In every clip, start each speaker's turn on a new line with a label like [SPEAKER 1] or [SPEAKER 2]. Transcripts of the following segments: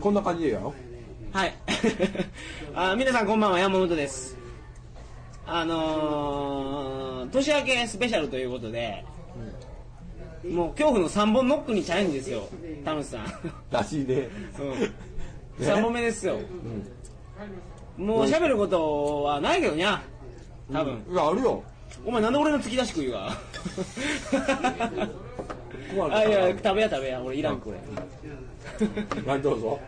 [SPEAKER 1] こんな感じでやろ
[SPEAKER 2] はい。 あ皆さんこんばんは、山本です。あのー、年明けスペシャルということで、もう恐怖の3本ノックにチャレンジですよ、田ムさん。
[SPEAKER 1] らしいね。
[SPEAKER 2] うん、3本目ですよ。もう喋ることはないけどにゃ、多分。
[SPEAKER 1] いや、あるよ。
[SPEAKER 2] お前なんで俺の突き出し食いが
[SPEAKER 1] 困る
[SPEAKER 2] あいや食べや食べや俺いらんこれ
[SPEAKER 1] はい、どうぞ。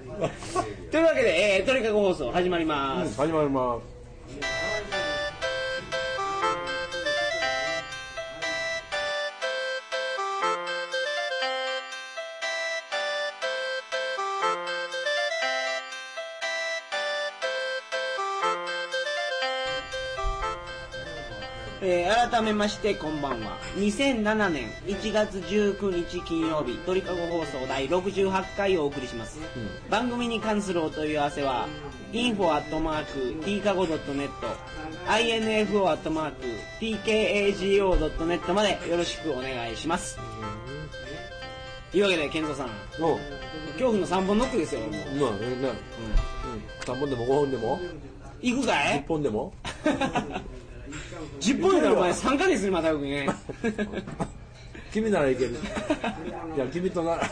[SPEAKER 2] というわけで、えー、とにかく放送始まり
[SPEAKER 1] うん
[SPEAKER 2] ます、
[SPEAKER 1] 始まりま
[SPEAKER 2] えー改めましてこんばんは2007年1月19日金曜日鳥かご放送第68回をお送りします、番組に関するお問い合わせは info.tkago.net info.tkago.net までよろしくお願いしますというわけで健三さん
[SPEAKER 1] す。うん。
[SPEAKER 2] 恐怖の3本ノックですよもう
[SPEAKER 1] うん、うん、うん。3本でも5本でも
[SPEAKER 2] 行くかい
[SPEAKER 1] 1本でも
[SPEAKER 2] 10本やからお前3ヶ月にまたぐね
[SPEAKER 1] 君ならいける。いや、君となら、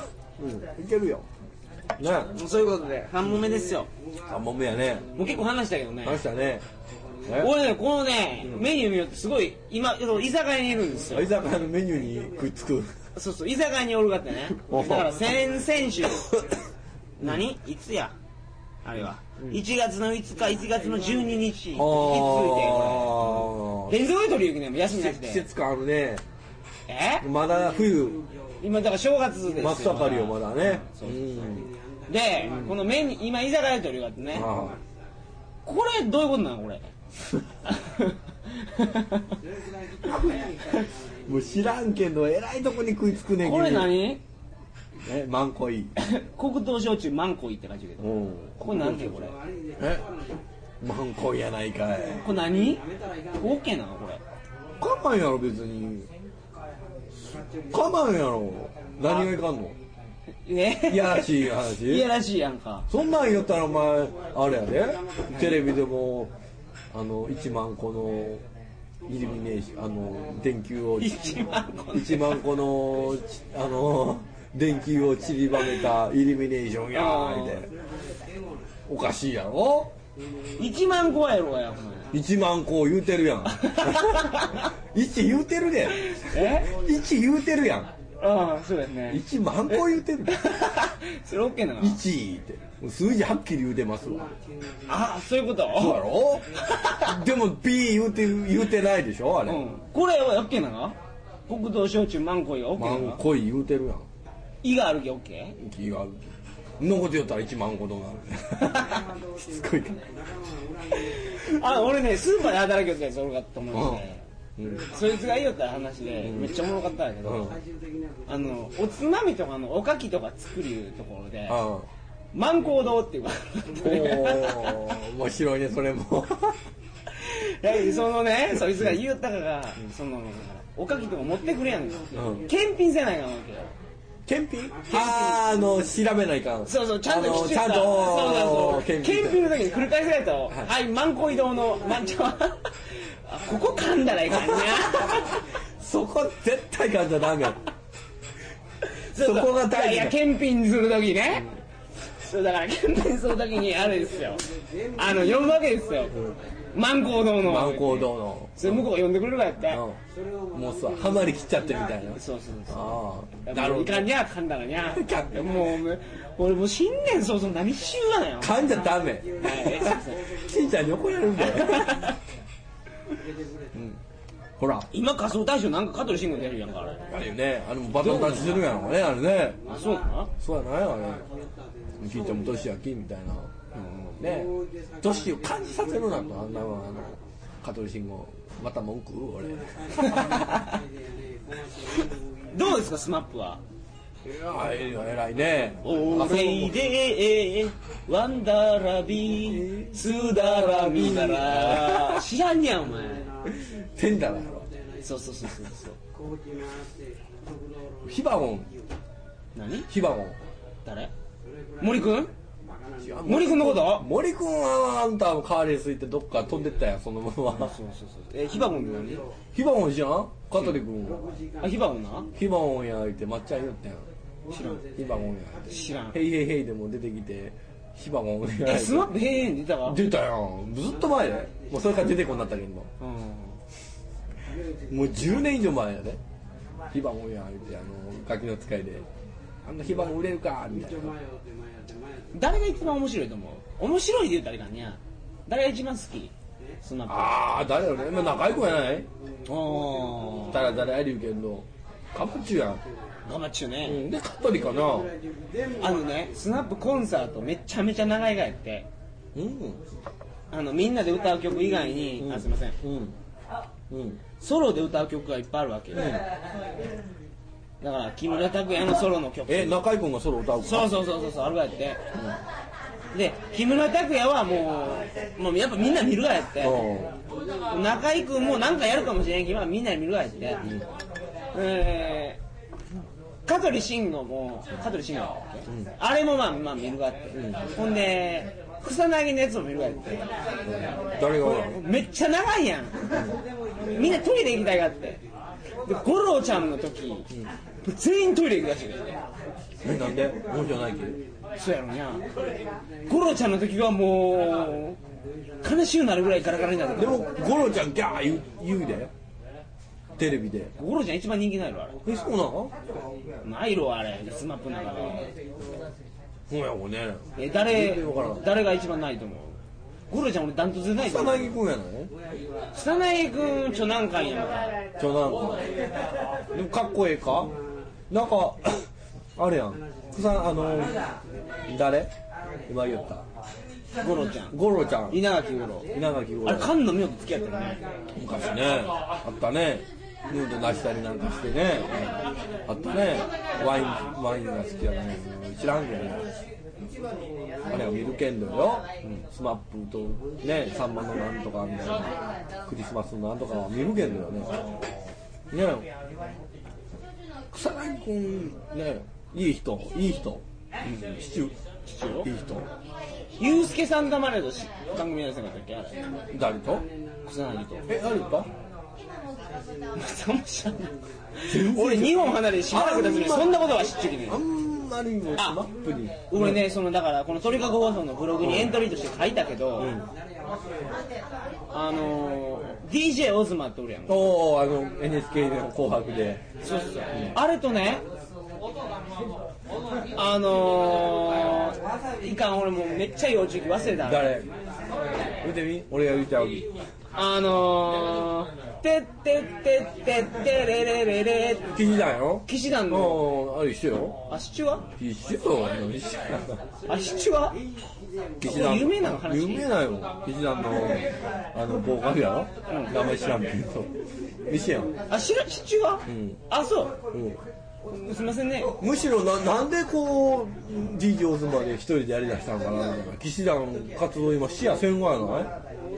[SPEAKER 1] うん、いけるよ。ね
[SPEAKER 2] そういうことで3本目ですよ
[SPEAKER 1] 三3本目やね。
[SPEAKER 2] もう結構話したけどね
[SPEAKER 1] 話したね。ね
[SPEAKER 2] 俺ねこのねメニュー見よってすごい今居酒屋にいるんですよ
[SPEAKER 1] 居酒屋のメニューに食いつく。
[SPEAKER 2] そうそう居酒屋におるかってね
[SPEAKER 1] お
[SPEAKER 2] だから先々週何いつやあれは1月の5日1月の12日引き続いて
[SPEAKER 1] あ
[SPEAKER 2] こ
[SPEAKER 1] ー
[SPEAKER 2] れ連続で取り行くねん休みなく
[SPEAKER 1] 季
[SPEAKER 2] て
[SPEAKER 1] 節感あるね。
[SPEAKER 2] え
[SPEAKER 1] まだ冬、
[SPEAKER 2] 今だから正月ですよ
[SPEAKER 1] 真っ盛りよ、まだね。うん。
[SPEAKER 2] でこのメニュー今居酒屋に取り行くかってね
[SPEAKER 1] あ
[SPEAKER 2] これどういうことなのこれ
[SPEAKER 1] ーもう知らんけど、えらいとこに食いつくねん
[SPEAKER 2] これ何
[SPEAKER 1] え、マンコいい。
[SPEAKER 2] 黒糖焼酎マンコイって感じやけど
[SPEAKER 1] うん。
[SPEAKER 2] これ何てこれこ
[SPEAKER 1] えマンコイやないかい。
[SPEAKER 2] れ何 ?OK なのこれ
[SPEAKER 1] かまんやろ、別に。かまんやろ。何がいかんのい
[SPEAKER 2] え
[SPEAKER 1] やらしい
[SPEAKER 2] いや
[SPEAKER 1] 話。
[SPEAKER 2] らしいやんか
[SPEAKER 1] そんなん言ったらお前、あれやで。テレビでも、あの、1万個の、イルミネーション、あの、電球を、
[SPEAKER 2] 1万個
[SPEAKER 1] 1万個の、ちあの、電球を散りばめたイルミネーションやーって。おかしいやろ
[SPEAKER 2] 1万個やろやお前
[SPEAKER 1] 1万個言うてるやん 1言うてるで
[SPEAKER 2] え
[SPEAKER 1] 1言うてるやん
[SPEAKER 2] ああそうですね
[SPEAKER 1] 1万個言うてる
[SPEAKER 2] それ OK なの
[SPEAKER 1] 1ってもう数字はっきり言うてますわ
[SPEAKER 2] ああそういうこと
[SPEAKER 1] そうやろでも P 言うて言うてないでしょあれ、
[SPEAKER 2] うんこれは OK なの黒糖焼酎マンコイは OK な
[SPEAKER 1] 万
[SPEAKER 2] の
[SPEAKER 1] 個言うてるやん
[SPEAKER 2] 胃があるけ OK?
[SPEAKER 1] 気が合うそんなこと言ったら1万個となる しつこいか
[SPEAKER 2] あ俺ねスーパーで働きよったやつおるかと思うんで
[SPEAKER 1] ら、うん
[SPEAKER 2] そいつが言いよった話でめっちゃおもろかったんやけ
[SPEAKER 1] うん
[SPEAKER 2] どあのおつまみとかのおかきとか作るいうところで
[SPEAKER 1] あ
[SPEAKER 2] マンコウ堂っていうか
[SPEAKER 1] お ー面白いねそれも
[SPEAKER 2] そのねそいつが言いよったかがそのおかきとか持ってくれやんか
[SPEAKER 1] うん
[SPEAKER 2] 検品せないかんわけよ
[SPEAKER 1] 検品あーあの調べないかん
[SPEAKER 2] そうそうちゃんと
[SPEAKER 1] あ
[SPEAKER 2] き
[SPEAKER 1] の
[SPEAKER 2] ち
[SPEAKER 1] ち
[SPEAKER 2] んと
[SPEAKER 1] ゃんと
[SPEAKER 2] そうそうそう
[SPEAKER 1] 検品
[SPEAKER 2] 検品の時に繰り返されたはい、マンコウ堂のマンチョはあここ噛んだらいかんな
[SPEAKER 1] そこ絶対感じゃダメ
[SPEAKER 2] うう
[SPEAKER 1] そこが大事だ
[SPEAKER 2] いやいや検品する時ね、そうだから検品する時にあれですよあの呼ぶわけですよ、マンコウ堂の
[SPEAKER 1] マンコウ堂の
[SPEAKER 2] それ向こうが呼んでくれるからやって、
[SPEAKER 1] うんもうさハマりきっちゃってるみたいな
[SPEAKER 2] そうそうそう
[SPEAKER 1] ああ
[SPEAKER 2] な
[SPEAKER 1] な
[SPEAKER 2] る
[SPEAKER 1] るほ
[SPEAKER 2] い
[SPEAKER 1] ど
[SPEAKER 2] かんにゃかんだらにゃ
[SPEAKER 1] いかん
[SPEAKER 2] もう俺もう新年早々何しゅうがな よ
[SPEAKER 1] 噛んじゃダメ
[SPEAKER 2] はいすいません
[SPEAKER 1] しんちゃんに怒られるんだよほら
[SPEAKER 2] 今仮装大賞なんか香取慎吾でやるやんかあれ
[SPEAKER 1] あれよねあれもバトンタッチするんやろねあれね
[SPEAKER 2] あそうなの
[SPEAKER 1] そうやないあれ金ちゃんも年やきみたいなね年を感じさせるなんとあんなもんあの香取慎吾また文句俺い
[SPEAKER 2] どうですかスマップは
[SPEAKER 1] やえらいね
[SPEAKER 2] 「オーレイデーワンダーラビースダラミダラ」知らんねやお前
[SPEAKER 1] テンダラーやろ
[SPEAKER 2] そうそうそうそうそう
[SPEAKER 1] ヒバゴン
[SPEAKER 2] 何
[SPEAKER 1] ヒバゴン
[SPEAKER 2] 誰森くん
[SPEAKER 1] 違う
[SPEAKER 2] 森君のこと
[SPEAKER 1] 森君はあんたカーレース行ってどっか飛んでったやんそのまま
[SPEAKER 2] そうそうそうえヒバゴンって
[SPEAKER 1] ヒバオンじゃん香取君
[SPEAKER 2] 何あヒバゴンな
[SPEAKER 1] ヒバオンや言って抹茶言ったやん
[SPEAKER 2] 知らん
[SPEAKER 1] ヒバオンや
[SPEAKER 2] 知らん
[SPEAKER 1] ヘイヘイヘイでも出てきてヒバオンや
[SPEAKER 2] えスマップへえへん出たわ
[SPEAKER 1] 出たやんずっと前でもうそれから出てこんなったけども
[SPEAKER 2] うん
[SPEAKER 1] もう10年以上前やでヒバオンや言ってあのガキの使いであんなヒバオン売れるかみたいな
[SPEAKER 2] 誰が一番面白いと思う面白いで言うたらいかんにゃ誰が一番好きスマップあ
[SPEAKER 1] ああ誰よねまあ仲良い子やない
[SPEAKER 2] あ
[SPEAKER 1] 誰誰ありゅうけんどカプチュやん
[SPEAKER 2] 頑張っちゅう
[SPEAKER 1] う
[SPEAKER 2] ね
[SPEAKER 1] んで香取かな
[SPEAKER 2] あのねスナップコンサートめちゃめちゃ長いがやって
[SPEAKER 1] うん
[SPEAKER 2] あのみんなで歌う曲以外にあすいません
[SPEAKER 1] うんうん
[SPEAKER 2] ソロで歌う曲がいっぱいあるわけよ、だから木村拓哉のソロの曲
[SPEAKER 1] え中居君がソロ歌うか
[SPEAKER 2] そうそうそうそうそうあるがやって、で木村拓哉はもうもうやっぱみんな見るがやって
[SPEAKER 1] う
[SPEAKER 2] 中居君もなんかやるかもしれんけどみんな見るわやって、えー香取慎吾も香取慎吾やったっけあれもまあまあ見るわって、ほんで草薙のやつも見るわやって
[SPEAKER 1] 誰がおら
[SPEAKER 2] めっちゃ長いやんみんなトイレ行きたいがあってで五郎ちゃんの時、全員トイレ行くらしいね
[SPEAKER 1] えなんで面白ないけ
[SPEAKER 2] そうやろな五郎ちゃんの時はもう悲しゅうなるぐらいガラガラになる
[SPEAKER 1] でもゴロちゃんギャー言う言うでテレビで
[SPEAKER 2] 五郎ちゃん一番人気ないろあれ
[SPEAKER 1] えそうなの
[SPEAKER 2] ないろあれスマップの中で
[SPEAKER 1] そうやもんね
[SPEAKER 2] え誰
[SPEAKER 1] 全然わからん
[SPEAKER 2] 誰が一番ないと思う五郎ちゃん俺ダントツでないと
[SPEAKER 1] 草
[SPEAKER 2] 思う
[SPEAKER 1] 薙君やない
[SPEAKER 2] 草薙君ちょなんかんやんか
[SPEAKER 1] ちょなんかでもかっこええかなんか あれやん草あの誰今言った
[SPEAKER 2] 五郎ちゃん
[SPEAKER 1] ゴロちゃん
[SPEAKER 2] 稲垣五郎
[SPEAKER 1] 稲垣ゴ
[SPEAKER 2] あ
[SPEAKER 1] ロ
[SPEAKER 2] れ菅野美穂と付き合ってるね
[SPEAKER 1] 昔ねあったねヌード出したりなんかしてねあったねワインワインが好きやね知らんけどねあれは見るけんどよ、うん、スマップとねサンマのなんとかみたいなクリスマスのなんとかは見るけんどよねね草薙君ねいい人いい人、うん、シチューシチューいい人
[SPEAKER 2] ユうスケさんがまれどし番組やらせなかったっけあれ
[SPEAKER 1] 誰と
[SPEAKER 2] 草薙と
[SPEAKER 1] えあるか
[SPEAKER 2] さも知らん 俺2本離れてしばらく経つのにそんなことは知っちゃいけな
[SPEAKER 1] あ
[SPEAKER 2] い
[SPEAKER 1] んまりもうスマップに
[SPEAKER 2] 俺ねそのだからこの鳥かご放送のブログにエントリーとして書いたけど、あのー DJ オズマっておるやんか
[SPEAKER 1] おおあの NHK の「紅白」で
[SPEAKER 2] そうそうそうあれとねあのー、いかん俺もうめっちゃ幼稚園忘れた
[SPEAKER 1] 誰見てみ俺が言っちゃう
[SPEAKER 2] あのー、てってってってってれれれれ
[SPEAKER 1] 記事だよ
[SPEAKER 2] 騎士団の
[SPEAKER 1] おあれ一緒よ
[SPEAKER 2] あシチュは
[SPEAKER 1] 一緒よ一緒
[SPEAKER 2] あシチュは
[SPEAKER 1] 岸田の
[SPEAKER 2] 有名なの話
[SPEAKER 1] 有名なよ岸田のあのボーカルやろ、名前知らんけど一緒やん
[SPEAKER 2] あしらシチュは、
[SPEAKER 1] ん
[SPEAKER 2] あそう
[SPEAKER 1] うん
[SPEAKER 2] すいませんね
[SPEAKER 1] むしろななんでこう d j オズまで一人でやりだしたんかなみたいな岸田の活動今視野戦後やない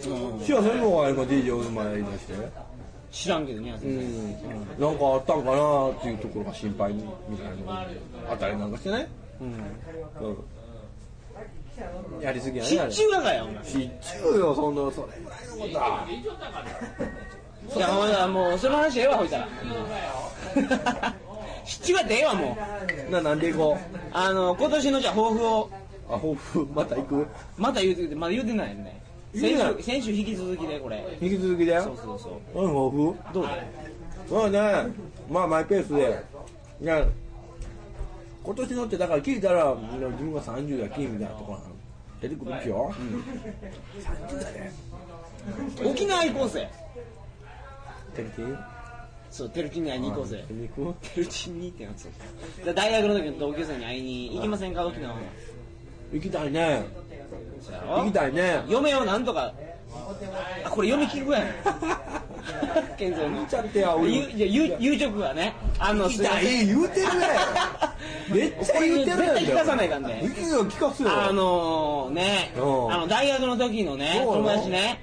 [SPEAKER 1] 視野戦後が今 d j オズまでやりだして
[SPEAKER 2] 知らんけどね、
[SPEAKER 1] うん、なんかあったんかなっていうところが心配みたいなあたりなんかしてね、うん、やりすぎやね
[SPEAKER 2] シ
[SPEAKER 1] あれ
[SPEAKER 2] ッチューがかよお前
[SPEAKER 1] 失注よそんなそれぐらいのことは
[SPEAKER 2] じゃあほんならもうその話ええわほいた らシチューはでええわもう
[SPEAKER 1] ななんで行こ
[SPEAKER 2] あの今年のじゃあ抱負を
[SPEAKER 1] うあ抱負また行く
[SPEAKER 2] また言うてくれてまだ言うてないよね
[SPEAKER 1] 言
[SPEAKER 2] 先
[SPEAKER 1] うな
[SPEAKER 2] 週先週引き続きでこれ
[SPEAKER 1] 引き続きだ
[SPEAKER 2] そ
[SPEAKER 1] よ
[SPEAKER 2] うそうそう
[SPEAKER 1] うん抱負
[SPEAKER 2] どうだい
[SPEAKER 1] まあねまあマイペースでね今年のってだから聞いたらみんな自分が30だきみたいなところなの出てくるんですよ、30だね
[SPEAKER 2] 沖縄行こうぜ
[SPEAKER 1] テレキン
[SPEAKER 2] そうテルチンに会いに行こうぜ
[SPEAKER 1] 見に行く
[SPEAKER 2] テルチンにってなっちゃうだ大学の時の同級生に会いに行きませんか沖縄
[SPEAKER 1] 行きたいね
[SPEAKER 2] そうや
[SPEAKER 1] 行
[SPEAKER 2] ろ
[SPEAKER 1] きたいね
[SPEAKER 2] 嫁をなんとかあこれ嫁聞くやん健三の
[SPEAKER 1] 見ちゃって や俺
[SPEAKER 2] ゆいやゆゆうちょくはねあの
[SPEAKER 1] 行きたい言うてるねめっちゃ言うてるやん
[SPEAKER 2] これ絶対聞かさないかんね
[SPEAKER 1] 行くよ聞かすよ
[SPEAKER 2] あのね
[SPEAKER 1] うん
[SPEAKER 2] あの大学の時のね
[SPEAKER 1] そうよ
[SPEAKER 2] 友達ね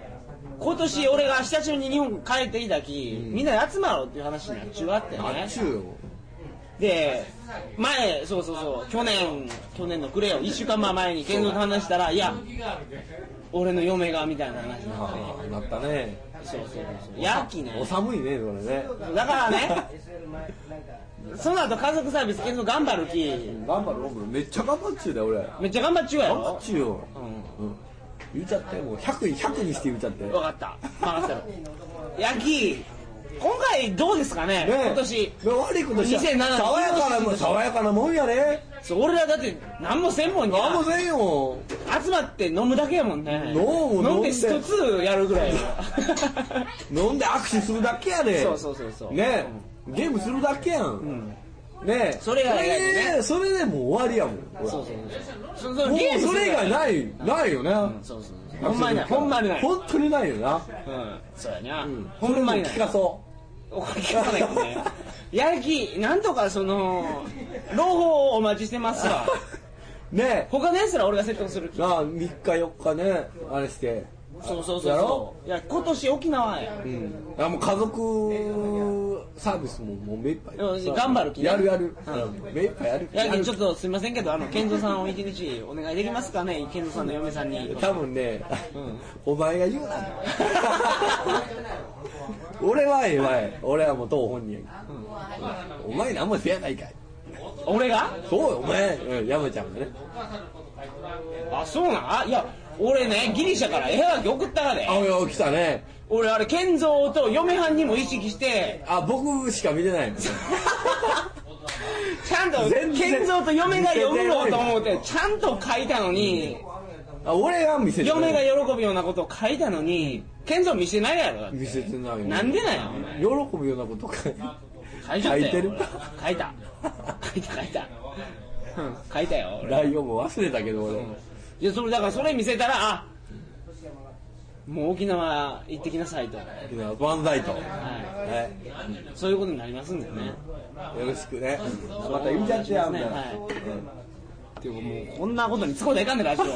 [SPEAKER 2] 今年俺が明日中に日本帰ってきたき、みんなで集まろうっていう話になっちゅうわって
[SPEAKER 1] あっ
[SPEAKER 2] ね
[SPEAKER 1] ちゅうよ
[SPEAKER 2] で、前、そうそうそう、去年、去年の暮れよ、1週間前に健三と話したら、いや、俺の嫁がみたいな話になって、
[SPEAKER 1] ああなったね
[SPEAKER 2] そうそうそう、やきね
[SPEAKER 1] お、寒いねそれね
[SPEAKER 2] だからね、その後家族サービス、健三頑張るき、
[SPEAKER 1] 頑張る僕めっちゃ頑張っちゅうだよ俺
[SPEAKER 2] めっちゃ頑張っちゅうや
[SPEAKER 1] 頑張
[SPEAKER 2] ろ
[SPEAKER 1] っ、ちゅうよ、
[SPEAKER 2] うん
[SPEAKER 1] うん、言っちゃってもう 100, 100にして言っちゃって
[SPEAKER 2] 分かった任せろヤキ今回どうですか
[SPEAKER 1] ね
[SPEAKER 2] ね
[SPEAKER 1] え
[SPEAKER 2] 今年
[SPEAKER 1] 悪いことし
[SPEAKER 2] 2007
[SPEAKER 1] た爽やかなもん爽やかなもんやね
[SPEAKER 2] そう俺らだって何もせんもんね
[SPEAKER 1] なんもせんよ
[SPEAKER 2] 集まって飲むだけやもんね
[SPEAKER 1] 飲む
[SPEAKER 2] 飲んで
[SPEAKER 1] 飲ん
[SPEAKER 2] 一
[SPEAKER 1] で
[SPEAKER 2] つやるぐ らいよ
[SPEAKER 1] 飲んで握手するだけやで
[SPEAKER 2] そうそうそうそう
[SPEAKER 1] ねゲームするだけやん、ね
[SPEAKER 2] それが偉いね
[SPEAKER 1] それでそれでもう終わりやもんほら
[SPEAKER 2] そうそうそうそう
[SPEAKER 1] もう
[SPEAKER 2] ゲームす
[SPEAKER 1] そ
[SPEAKER 2] る
[SPEAKER 1] れ以外ないないよね、
[SPEAKER 2] そうそうそうほんまにないほんまにない
[SPEAKER 1] 本当にないよな、
[SPEAKER 2] うんそうやな
[SPEAKER 1] うん、
[SPEAKER 2] ほんまにな
[SPEAKER 1] そ
[SPEAKER 2] い
[SPEAKER 1] れも聞かそ
[SPEAKER 2] おかげさないもんね ヤキなんとかその朗報をお待ちしてます わ
[SPEAKER 1] う ね
[SPEAKER 2] 他のやつら俺が説得する気
[SPEAKER 1] なあ3日4日ねあれして
[SPEAKER 2] そうそうそう
[SPEAKER 1] や
[SPEAKER 2] そ
[SPEAKER 1] ろ
[SPEAKER 2] ういや今年沖縄や
[SPEAKER 1] うんあもう家族サービスももう目いっぱい
[SPEAKER 2] うん頑張る気ね
[SPEAKER 1] やるやる、
[SPEAKER 2] う
[SPEAKER 1] 目いっぱいやる
[SPEAKER 2] いや
[SPEAKER 1] やる
[SPEAKER 2] ちょっとすみませんけどあの健三さんを一日お願いできますかね健三さんの嫁さんに
[SPEAKER 1] 多分ね、
[SPEAKER 2] ん
[SPEAKER 1] お前が言うな俺はええわい俺はもう当本人やけど、お前なんもせやないかい
[SPEAKER 2] 俺が
[SPEAKER 1] そうよお前、うん、山ちゃんがね
[SPEAKER 2] あそうなんあいや俺ねギリシャから絵はがき送ったがで
[SPEAKER 1] あいや来たね
[SPEAKER 2] 俺あれ健三と嫁はんにも意識して
[SPEAKER 1] あ僕しか見てないの
[SPEAKER 2] ちゃんと
[SPEAKER 1] 全然
[SPEAKER 2] 健三と嫁が読むろうと思ってちゃんと書いたのに
[SPEAKER 1] あ俺が見せてない
[SPEAKER 2] 嫁が喜ぶようなことを書いたのに健三見せてないやろだって
[SPEAKER 1] 見せてないよ
[SPEAKER 2] なんでなんやお前
[SPEAKER 1] 喜ぶようなことか
[SPEAKER 2] 書いちゃった
[SPEAKER 1] 書
[SPEAKER 2] よ
[SPEAKER 1] いてる
[SPEAKER 2] 俺書いた書いた書いたうん書いたよ俺
[SPEAKER 1] ライオンも忘れたけど俺、
[SPEAKER 2] いやそれだからそれ見せたらあもう沖縄行ってきなさいと、はい、
[SPEAKER 1] 万歳と、は
[SPEAKER 2] そういうことになりますんでね、
[SPEAKER 1] い、よろしくねまた言うちゃってやんだよ、
[SPEAKER 2] はい
[SPEAKER 1] うん
[SPEAKER 2] っていうかもうこんなことにつこうでいかん ねラジオ
[SPEAKER 1] メ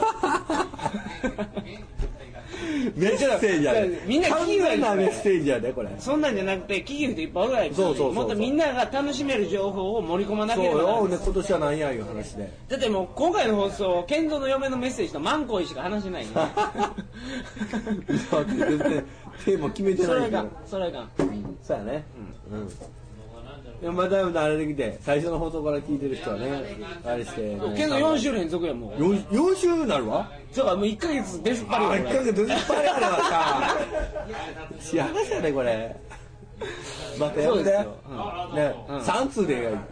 [SPEAKER 1] ッセージやね
[SPEAKER 2] みんな
[SPEAKER 1] 完
[SPEAKER 2] 聞いたよ
[SPEAKER 1] 全なメッセージやねこれ
[SPEAKER 2] そんなんじゃなくて企業でいっぱいおるから
[SPEAKER 1] そうそうそうそう
[SPEAKER 2] もっとみんなが楽しめる情報を盛り込まな
[SPEAKER 1] そ
[SPEAKER 2] け
[SPEAKER 1] う
[SPEAKER 2] ればなら
[SPEAKER 1] よ、
[SPEAKER 2] ん
[SPEAKER 1] ね、今年はなんやいう話で
[SPEAKER 2] だってもう今回の放送健三の嫁のメッセージとマンコイしか話してないね
[SPEAKER 1] 嘘って全然テーマ決めて
[SPEAKER 2] そ
[SPEAKER 1] な
[SPEAKER 2] れ
[SPEAKER 1] い
[SPEAKER 2] が
[SPEAKER 1] か
[SPEAKER 2] それが
[SPEAKER 1] らそうやねうんでもまた慣れてきて最初の放送から聞いてる人はねあれして、ね、
[SPEAKER 2] 健三4週連続やもう
[SPEAKER 1] 4, 4週になるわ
[SPEAKER 2] だからもう1ヶ月出ずっぱり
[SPEAKER 1] あ
[SPEAKER 2] や
[SPEAKER 1] あ1ヶ月ずっぱりあればさ幸せやねこれまたや
[SPEAKER 2] そう
[SPEAKER 1] っ
[SPEAKER 2] で
[SPEAKER 1] て、
[SPEAKER 2] すよ
[SPEAKER 1] ね、
[SPEAKER 2] うん
[SPEAKER 1] 3通でええやん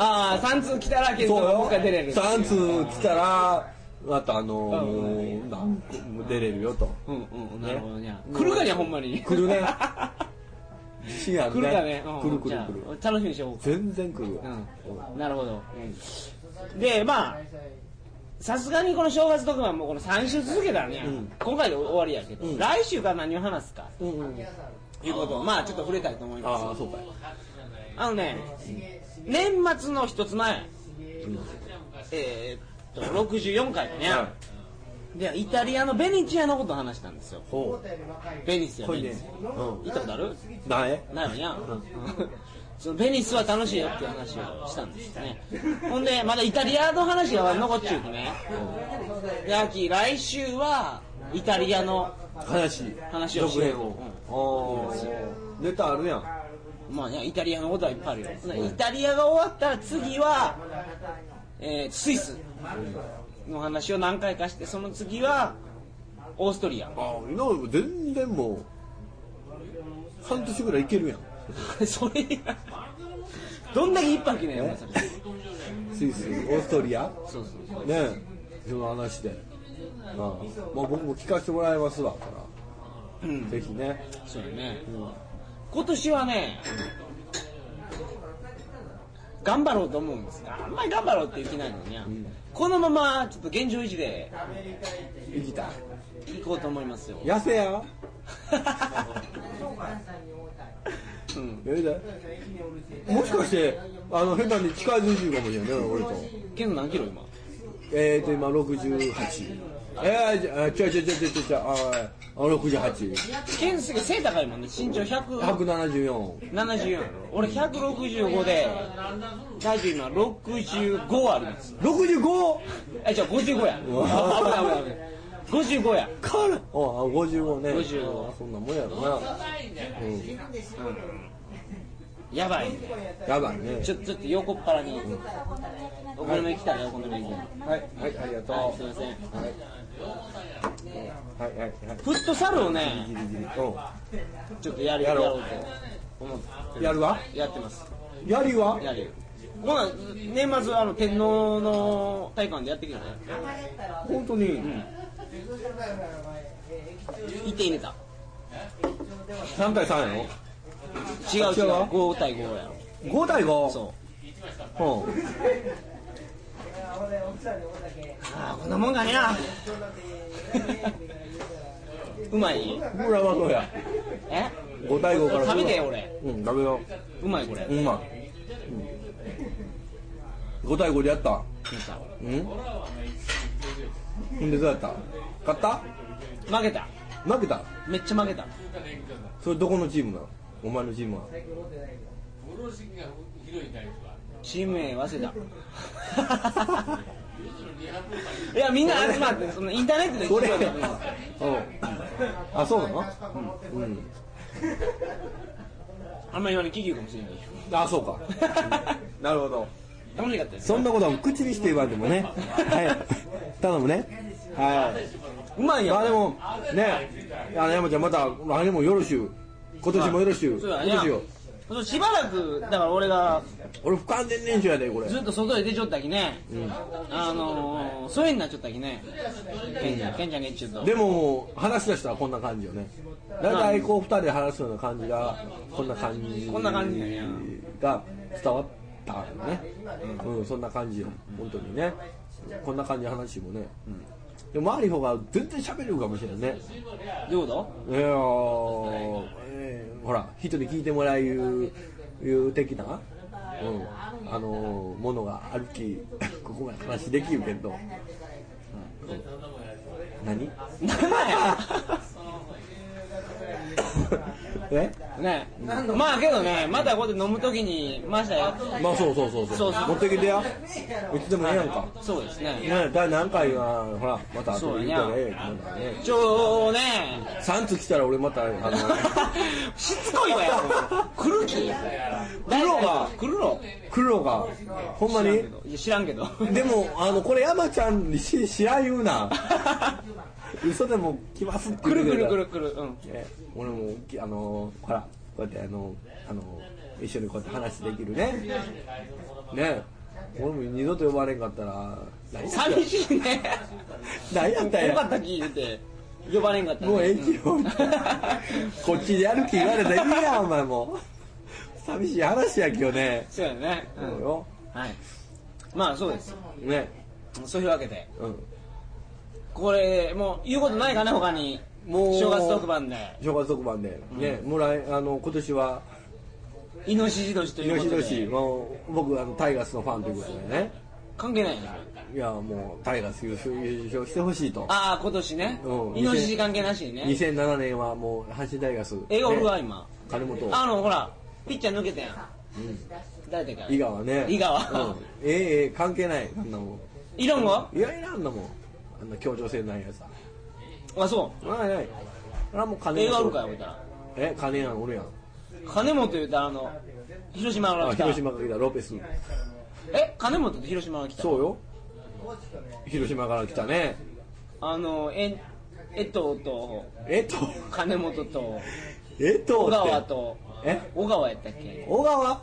[SPEAKER 2] ああ3通来たら健三
[SPEAKER 1] そう
[SPEAKER 2] が
[SPEAKER 1] よ
[SPEAKER 2] もう一回出れる
[SPEAKER 1] 3通来たらまたあのー、何個も出れるよと
[SPEAKER 2] うんうんなるほどね来るかにゃほんまに
[SPEAKER 1] 来るね自信ある
[SPEAKER 2] 来
[SPEAKER 1] ね
[SPEAKER 2] るかね、うん
[SPEAKER 1] 来る来
[SPEAKER 2] じ
[SPEAKER 1] る
[SPEAKER 2] ゃ
[SPEAKER 1] 来る
[SPEAKER 2] あ楽しみにしよう
[SPEAKER 1] 全然来るよ、
[SPEAKER 2] うん、なるほど、でまあさすがにこの正月特番もこの3週続けたらね、
[SPEAKER 1] ん
[SPEAKER 2] 今回で終わりやけど、
[SPEAKER 1] ん
[SPEAKER 2] 来週から何を話すか
[SPEAKER 1] うんうん
[SPEAKER 2] ということをまあちょっと触れたいと思います
[SPEAKER 1] ああそうかい
[SPEAKER 2] あのね、年末の一つ前、えーっと64回だね、
[SPEAKER 1] は
[SPEAKER 2] でイタリアのベニチアのことを話したんですよ
[SPEAKER 1] ほ
[SPEAKER 2] ベニス
[SPEAKER 1] う
[SPEAKER 2] や
[SPEAKER 1] こ
[SPEAKER 2] ベ
[SPEAKER 1] い
[SPEAKER 2] ニ
[SPEAKER 1] ね
[SPEAKER 2] ス
[SPEAKER 1] う
[SPEAKER 2] 行ったことある
[SPEAKER 1] んない
[SPEAKER 2] ないわにゃ、そのベニスは楽しいよっていう話をしたんですよねほんでまだイタリアの話が残っちゅうとねでアキ来週はイタリアの
[SPEAKER 1] 話
[SPEAKER 2] 話をし
[SPEAKER 1] 続
[SPEAKER 2] よう
[SPEAKER 1] 編を、ああネタあるやん
[SPEAKER 2] まあねイタリアのことはいっぱいあるよ、イタリアが終わったら次は、えースイスの話を何回かしてその次はオーストリア
[SPEAKER 1] ああ今全然もう半年ぐらいいけるやん
[SPEAKER 2] それどんだけ一泊ねんお前それ
[SPEAKER 1] スイスオーストリア
[SPEAKER 2] そうそ
[SPEAKER 1] ね
[SPEAKER 2] う
[SPEAKER 1] えその話で、ああまあ、僕も聞かせてもらいますわから、
[SPEAKER 2] ん
[SPEAKER 1] ぜひね、
[SPEAKER 2] そうやね
[SPEAKER 1] うん
[SPEAKER 2] 今年はね、頑張ろうと思うんですが、あんまり頑張ろうっていう気ないのにゃ、このままちょっと現状維持で
[SPEAKER 1] 行きたい
[SPEAKER 2] 行こうと思います よ。
[SPEAKER 1] 痩せや
[SPEAKER 2] うん、
[SPEAKER 1] やりたいもしかしてあの下手に近づいてるかもしれないね俺と
[SPEAKER 2] けど何キロ今
[SPEAKER 1] えーと、今68。えー、じゃあ、ちょいちょいちょいちょいちょい、あーあ68。
[SPEAKER 2] ケンスケ背高いもんね身長174
[SPEAKER 1] 174。
[SPEAKER 2] 俺165で体重今65あるんです
[SPEAKER 1] 65!
[SPEAKER 2] えじゃあ55や
[SPEAKER 1] うわ
[SPEAKER 2] あ危ない危ない危ない55や
[SPEAKER 1] かるああ、55ね。
[SPEAKER 2] 55
[SPEAKER 1] あそんなもんやろな。うん。
[SPEAKER 2] やばい
[SPEAKER 1] やばいね。
[SPEAKER 2] ちょちょっと横っ腹にお好み焼き来たねお好み焼き
[SPEAKER 1] はい、はい、ありがとう。
[SPEAKER 2] はいすいません
[SPEAKER 1] はい。はい、はい、はい。
[SPEAKER 2] フットサルをね
[SPEAKER 1] ギリギリ。
[SPEAKER 2] ちょっとやる
[SPEAKER 1] や
[SPEAKER 2] や
[SPEAKER 1] ろう
[SPEAKER 2] ろうと思って
[SPEAKER 1] うん。やるわ
[SPEAKER 2] やってます
[SPEAKER 1] やりは
[SPEAKER 2] やるほな年末あの天皇の体育館でやってきたね
[SPEAKER 1] 本当に。
[SPEAKER 2] 1点入れた
[SPEAKER 1] 何対3や
[SPEAKER 2] 違う違
[SPEAKER 1] 違う
[SPEAKER 2] う5対5やろ
[SPEAKER 1] ろ ?5 対 5?。
[SPEAKER 2] そう
[SPEAKER 1] うん。
[SPEAKER 2] ああこんなもん かねなうまい
[SPEAKER 1] これはどうや。
[SPEAKER 2] え
[SPEAKER 1] 5対5から
[SPEAKER 2] 食べて俺
[SPEAKER 1] うん、食べよ
[SPEAKER 2] うまいこれ
[SPEAKER 1] う。うん、まい。5対5でやった。
[SPEAKER 2] 見た
[SPEAKER 1] うんほんでどうやった勝っ
[SPEAKER 2] 負けた
[SPEAKER 1] た負けた
[SPEAKER 2] めっちゃ負けた
[SPEAKER 1] それどこのチームなのお前のチームは。
[SPEAKER 2] チーム名忘れ たいやみんな集まってそのインターネットで聞
[SPEAKER 1] そ
[SPEAKER 2] い
[SPEAKER 1] れ
[SPEAKER 2] て
[SPEAKER 1] うん
[SPEAKER 2] るの。
[SPEAKER 1] あ、そうなのうん。
[SPEAKER 2] あんまり言わない企業かもしれない
[SPEAKER 1] あ、そうか。なるほど。
[SPEAKER 2] 楽しかったです
[SPEAKER 1] そんなことは口にして言わんでもね。はい。頼むね。はい。
[SPEAKER 2] うまいやん
[SPEAKER 1] まあでもねあの山ちゃんまた来年もよろしゅう今年もよろしゅう
[SPEAKER 2] そうだ
[SPEAKER 1] 今年よ
[SPEAKER 2] そうしばらくだから俺が
[SPEAKER 1] 俺不完全燃焼やでこれ
[SPEAKER 2] ずっと外で出ちょったきね、あのー、疎遠になっちょったきねケンちゃんケンちゃんが言っちゅうと
[SPEAKER 1] でももう話し出したらこんな感じよね大体こう二人で話すような感じがこんな感じ
[SPEAKER 2] こんな感じだね
[SPEAKER 1] が伝わったよねうんそんな感じよ本当にねこんな感じの話もねでも周りの方が全然喋れるかもしれないね
[SPEAKER 2] どういうこ
[SPEAKER 1] いやーえーほら人に聞いてもらういう的な、うん、あのーものが歩き ここまで話できるけど、うん何
[SPEAKER 2] と何なんや
[SPEAKER 1] え
[SPEAKER 2] ねまあけどねまたこうやって飲むときにましたよ
[SPEAKER 1] まあそうそうそうそう
[SPEAKER 2] そうそう
[SPEAKER 1] 持ってきてやいつでもええやんか、
[SPEAKER 2] そうですね
[SPEAKER 1] ね、第何回はほらまた後で言うたらええやんかね
[SPEAKER 2] ちょうね
[SPEAKER 1] 3つ来たら俺またあの
[SPEAKER 2] しつこいわよ来る気
[SPEAKER 1] 来ろが
[SPEAKER 2] 来るの
[SPEAKER 1] 来るのかほんまに
[SPEAKER 2] いや知らんけど
[SPEAKER 1] でもあのこれ山ちゃんにししあ言う な嘘でも来ますって
[SPEAKER 2] 来る
[SPEAKER 1] 言う
[SPEAKER 2] 来
[SPEAKER 1] けど
[SPEAKER 2] る来る来るうん
[SPEAKER 1] え俺もきあのほらこうやってあのあの一緒にこうやって話できるねね俺も二度と呼ばれんかったら何や
[SPEAKER 2] 寂しいね
[SPEAKER 1] 何やったん
[SPEAKER 2] よかっ
[SPEAKER 1] や
[SPEAKER 2] た聞いてて呼ばれんかったね
[SPEAKER 1] もうええきよ
[SPEAKER 2] うん
[SPEAKER 1] こっちでやる気言われたらいいやんお前もう寂しい話やきよね
[SPEAKER 2] そうやね、う
[SPEAKER 1] そうんよ
[SPEAKER 2] はいまあそうです
[SPEAKER 1] ね
[SPEAKER 2] そういうわけで
[SPEAKER 1] うん
[SPEAKER 2] これもう言うことないかな他に
[SPEAKER 1] もう
[SPEAKER 2] 正月特番で
[SPEAKER 1] 正月特番で、ねもらいあの今年は
[SPEAKER 2] イノシシ年という
[SPEAKER 1] 吉
[SPEAKER 2] ことで
[SPEAKER 1] 年もう僕あのタイガースのファンということでね
[SPEAKER 2] 関係ないね
[SPEAKER 1] いやもうタイガース優勝優勝してほしいと
[SPEAKER 2] ああ今年ね
[SPEAKER 1] うん
[SPEAKER 2] イノシシ関係なしにね
[SPEAKER 1] 2007年はもう阪神タイガース
[SPEAKER 2] 映画おるわ
[SPEAKER 1] ね
[SPEAKER 2] 今
[SPEAKER 1] 金本
[SPEAKER 2] あのほらピッチャー抜けたやん、誰だっけ
[SPEAKER 1] 伊川ね
[SPEAKER 2] 伊川
[SPEAKER 1] うん、ええええ関係ないあんなも
[SPEAKER 2] イロンゴ
[SPEAKER 1] んいやいやあんなもんあんな協調性ないやつは
[SPEAKER 2] あそ
[SPEAKER 1] ないないあれはもう
[SPEAKER 2] う
[SPEAKER 1] 金
[SPEAKER 2] 映画おるかよ言うたら
[SPEAKER 1] え金やんおるやん
[SPEAKER 2] 金本言うたらあの広島から
[SPEAKER 1] あ
[SPEAKER 2] 来た
[SPEAKER 1] 広島から来たロペス
[SPEAKER 2] え金本って広島から来た
[SPEAKER 1] そうよ広島から来たね
[SPEAKER 2] あのえ江藤と
[SPEAKER 1] えっと
[SPEAKER 2] 金本と
[SPEAKER 1] えっと
[SPEAKER 2] 小川
[SPEAKER 1] って
[SPEAKER 2] と
[SPEAKER 1] え
[SPEAKER 2] 小川やったっけ
[SPEAKER 1] 小川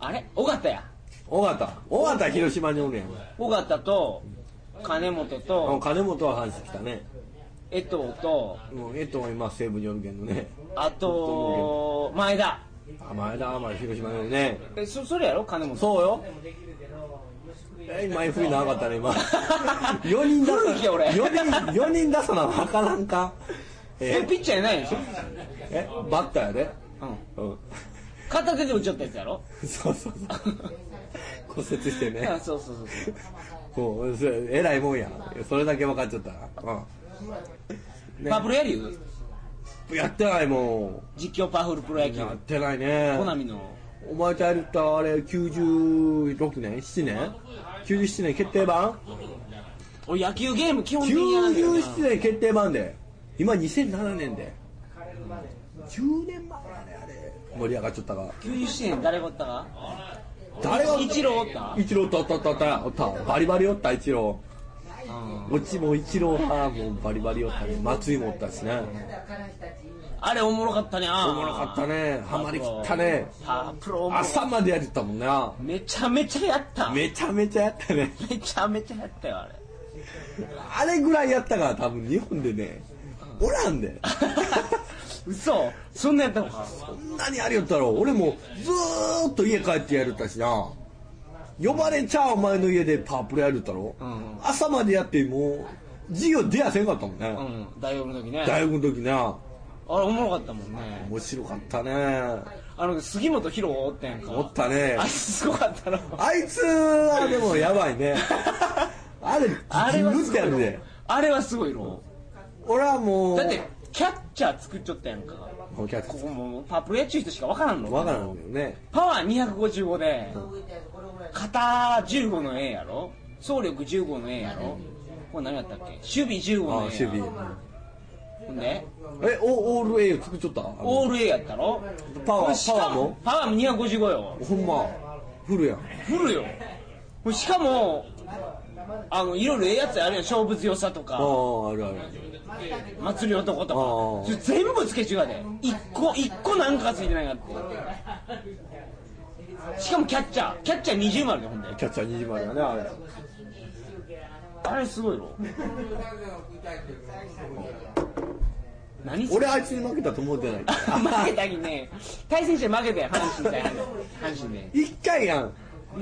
[SPEAKER 2] あれ尾形や
[SPEAKER 1] 尾形尾形広島におるやん
[SPEAKER 2] 尾形と金本
[SPEAKER 1] あ
[SPEAKER 2] と
[SPEAKER 1] 金本は阪神来たね
[SPEAKER 2] 江藤と
[SPEAKER 1] もうえっと今西武におるけどね
[SPEAKER 2] あと前田
[SPEAKER 1] あ前田まあ広島におるね
[SPEAKER 2] えそそれやろ金本
[SPEAKER 1] そうよ。え前振り長かったね 今。四人出
[SPEAKER 2] 古いよ俺
[SPEAKER 1] す。四人四人出すなわからんか。
[SPEAKER 2] え
[SPEAKER 1] え
[SPEAKER 2] ピッチャーやないでしょ、
[SPEAKER 1] えバッターやで。
[SPEAKER 2] うん、
[SPEAKER 1] うん。
[SPEAKER 2] 片手で打っちゃったやつやろ
[SPEAKER 1] そうそうそう。骨折してね
[SPEAKER 2] あ。そうそうそうそう
[SPEAKER 1] もうそれえらいもんやそれだけ分かっちゃったなうん、ね
[SPEAKER 2] パワープロやるよ
[SPEAKER 1] やってないも
[SPEAKER 2] 実況パワフルプロ野
[SPEAKER 1] ん
[SPEAKER 2] 球
[SPEAKER 1] やってないね
[SPEAKER 2] コナミの
[SPEAKER 1] お前とやるったあれ96年7年97年決定版
[SPEAKER 2] 俺野球ゲーム基本的にやらないよな
[SPEAKER 1] 97年決定版で今2007年で10年前やねあれ盛り上がっちゃったが
[SPEAKER 2] 97年誰がおったか
[SPEAKER 1] 誰が
[SPEAKER 2] 一郎おった
[SPEAKER 1] 一郎とおったおったおったおったバリバリおった一郎
[SPEAKER 2] うん
[SPEAKER 1] うちも一郎派もバリバリおったね松井もおったしね
[SPEAKER 2] あれおもろかったねあー
[SPEAKER 1] おもろかったねハマりきったね
[SPEAKER 2] パワプロおもろ
[SPEAKER 1] 朝までやってたもんな
[SPEAKER 2] めちゃめちゃやっため
[SPEAKER 1] めちゃめちゃやったね
[SPEAKER 2] ちゃめちゃやっ たよあれ
[SPEAKER 1] あれぐらいやったから多分日本でねおらんで
[SPEAKER 2] 嘘そんなやったのか
[SPEAKER 1] そんなにありよったろ俺もずーっと家帰ってやるったしな呼ばれちゃうお前の家でパワープロやるったろ、
[SPEAKER 2] うん
[SPEAKER 1] 朝までやってもう授業出やせんかったもんね、
[SPEAKER 2] うん大学の時ねあれ
[SPEAKER 1] 大学の時な
[SPEAKER 2] おもろかったもんね
[SPEAKER 1] 面白かったね
[SPEAKER 2] あの杉本博おったやんか
[SPEAKER 1] おったね
[SPEAKER 2] あいつすごかっ たな
[SPEAKER 1] あいつはでもやばいねあれ
[SPEAKER 2] あれは
[SPEAKER 1] ず
[SPEAKER 2] す
[SPEAKER 1] っとやる
[SPEAKER 2] ごい
[SPEAKER 1] で
[SPEAKER 2] のあれはすごいの
[SPEAKER 1] 俺はもう
[SPEAKER 2] だってキャッチャー作っちゃったやんか
[SPEAKER 1] もうキャッ
[SPEAKER 2] こ
[SPEAKER 1] チ
[SPEAKER 2] こもうパワープロやっちゅう人しかわからんの
[SPEAKER 1] わからんけどね
[SPEAKER 2] パワー255で、肩15の A やろ走力15の A やろこれ何やったっけ守備15
[SPEAKER 1] ああ
[SPEAKER 2] の A
[SPEAKER 1] 守
[SPEAKER 2] や
[SPEAKER 1] 備
[SPEAKER 2] ほんで
[SPEAKER 1] えオオール A を作っちゃった
[SPEAKER 2] オール A やったろ
[SPEAKER 1] パワー
[SPEAKER 2] これしか
[SPEAKER 1] パワーも
[SPEAKER 2] パワー255よ
[SPEAKER 1] ほんまフルやん
[SPEAKER 2] フルよこれしかもあのいろいろええやつあるよ勝負強さと
[SPEAKER 1] あ
[SPEAKER 2] か
[SPEAKER 1] ああるある
[SPEAKER 2] 祭り男
[SPEAKER 1] あー
[SPEAKER 2] とか全部つけ違うで一個一個なんかついてないかってしかもキャッチャーキャッチャー20丸でほんで
[SPEAKER 1] キャッチャー2時までやねあれ
[SPEAKER 2] あれすごいろ何それ
[SPEAKER 1] 俺あいつに負けたと思ってない
[SPEAKER 2] 負けたきね対戦して負けたよ阪神対阪神で
[SPEAKER 1] 一回やん負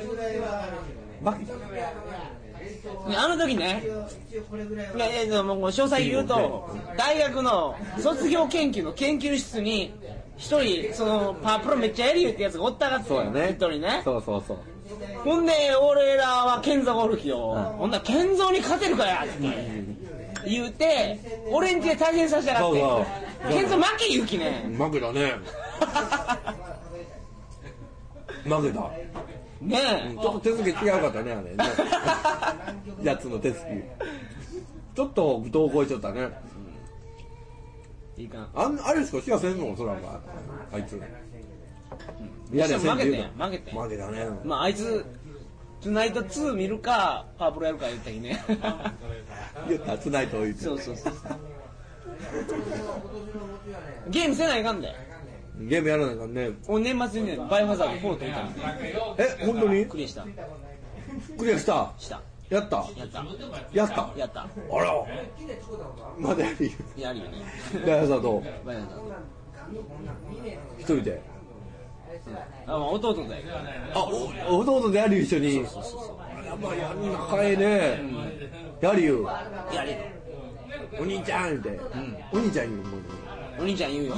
[SPEAKER 1] けた
[SPEAKER 2] ねあの時ねいやいやもう詳細言うと大学の卒業研究の研究室に一人そのパワープロめっちゃやりゆうってやつがおったがって
[SPEAKER 1] そうやね
[SPEAKER 2] 一人ね
[SPEAKER 1] そうそうそう
[SPEAKER 2] ほんで俺らは健三がおるきよ、
[SPEAKER 1] ん
[SPEAKER 2] ほんなら健三に勝てるかやって言うて俺んちで対戦させたがって
[SPEAKER 1] そうそう
[SPEAKER 2] 健三負け言うきね
[SPEAKER 1] 負けたね負けた
[SPEAKER 2] ねえ、
[SPEAKER 1] ちょっと手つき違うかったねあれねやつの手つきちょっと不登校いちゃったね
[SPEAKER 2] いいかな
[SPEAKER 1] あんあれしかしやせんのそらお前あいつい
[SPEAKER 2] しかも負けてん
[SPEAKER 1] 負
[SPEAKER 2] 負けてん
[SPEAKER 1] 負けたね
[SPEAKER 2] まああいつ「トゥナイト2」見るかパワープロやるか言ったりね
[SPEAKER 1] 言ったつないと言って
[SPEAKER 2] そうそうそうゲームせないかんで
[SPEAKER 1] ゲームやらないからね
[SPEAKER 2] 俺年末にねバイオハザード4取ったんで
[SPEAKER 1] え本当に
[SPEAKER 2] クリアした
[SPEAKER 1] クリアした
[SPEAKER 2] した
[SPEAKER 1] やった
[SPEAKER 2] やった
[SPEAKER 1] やった
[SPEAKER 2] やった
[SPEAKER 1] あらまだや るよ
[SPEAKER 2] やるよね
[SPEAKER 1] 大さんと
[SPEAKER 2] バイオハザード
[SPEAKER 1] 一人で
[SPEAKER 2] あ、まあ、弟だよ
[SPEAKER 1] あお弟でやるよ一緒にあらまあやる仲ええねやるよ
[SPEAKER 2] やれよ
[SPEAKER 1] お兄ちゃんって、お兄ちゃんにも
[SPEAKER 2] お兄ちゃん言うよ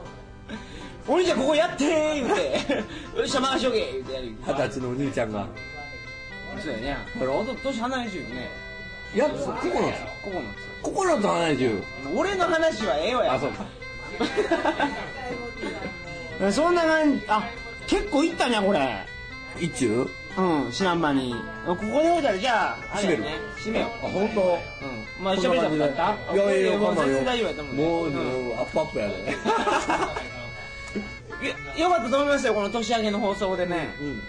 [SPEAKER 2] お兄ちゃんここやってー言うて よっしゃ回しとけ言うてやるよ
[SPEAKER 1] 二十歳のお兄ちゃんが
[SPEAKER 2] そうやねこれ弟年離れてるよね
[SPEAKER 1] やつ9
[SPEAKER 2] ここの
[SPEAKER 1] つ9つ離れてる
[SPEAKER 2] 俺の話はええわや
[SPEAKER 1] あそうか
[SPEAKER 2] え そんな感じあ結構いったねこれ
[SPEAKER 1] 一中
[SPEAKER 2] うん知らん間にここで終えたらじゃああれやね閉めよ
[SPEAKER 1] あ本当
[SPEAKER 2] ううんまあ喋りたくなった
[SPEAKER 1] いやいや
[SPEAKER 2] もう
[SPEAKER 1] わかんない
[SPEAKER 2] 全
[SPEAKER 1] よ
[SPEAKER 2] 然大丈夫やと思う
[SPEAKER 1] もう、
[SPEAKER 2] ん
[SPEAKER 1] アップアップやね
[SPEAKER 2] よよかったと思いましたよこの年明けの放送でね
[SPEAKER 1] うん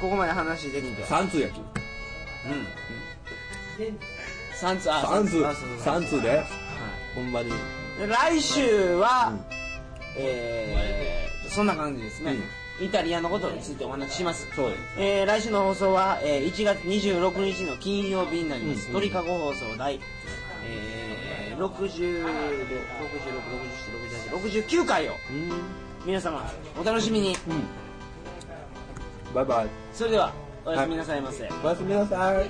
[SPEAKER 2] ここまで話できて
[SPEAKER 1] 三通やき
[SPEAKER 2] 三つあ
[SPEAKER 1] 三通
[SPEAKER 2] 三つ
[SPEAKER 1] 三通でほんまに
[SPEAKER 2] で来週は、えーそんな感じですね、イタリアのことについてお話しします
[SPEAKER 1] そうです
[SPEAKER 2] えー来週の放送は、えー1月26日の金曜日になります、
[SPEAKER 1] うん
[SPEAKER 2] 鳥かご放送第、えー、6066676869回を
[SPEAKER 1] うん
[SPEAKER 2] 皆様お楽しみに
[SPEAKER 1] バイバイ
[SPEAKER 2] それではおやすみなさいませ、
[SPEAKER 1] おやすみなさい